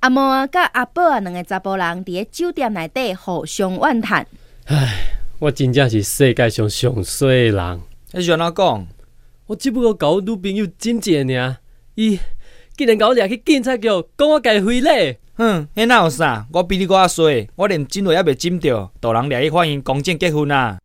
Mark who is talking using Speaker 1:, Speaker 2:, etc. Speaker 1: 阿嬷啊，甲阿宝啊，两个查甫人伫咧酒店内底互相怨叹。
Speaker 2: 我真正是世界上上衰的人。
Speaker 3: 迄是安怎讲？
Speaker 2: 我只不过甲我女朋友真一个尔，伊竟然甲我掠去警察局，讲我家非礼。
Speaker 3: 哼，迄哪有啥？我比你搁较衰，我连浸落也袂浸着，大人掠去法院公证结婚啊！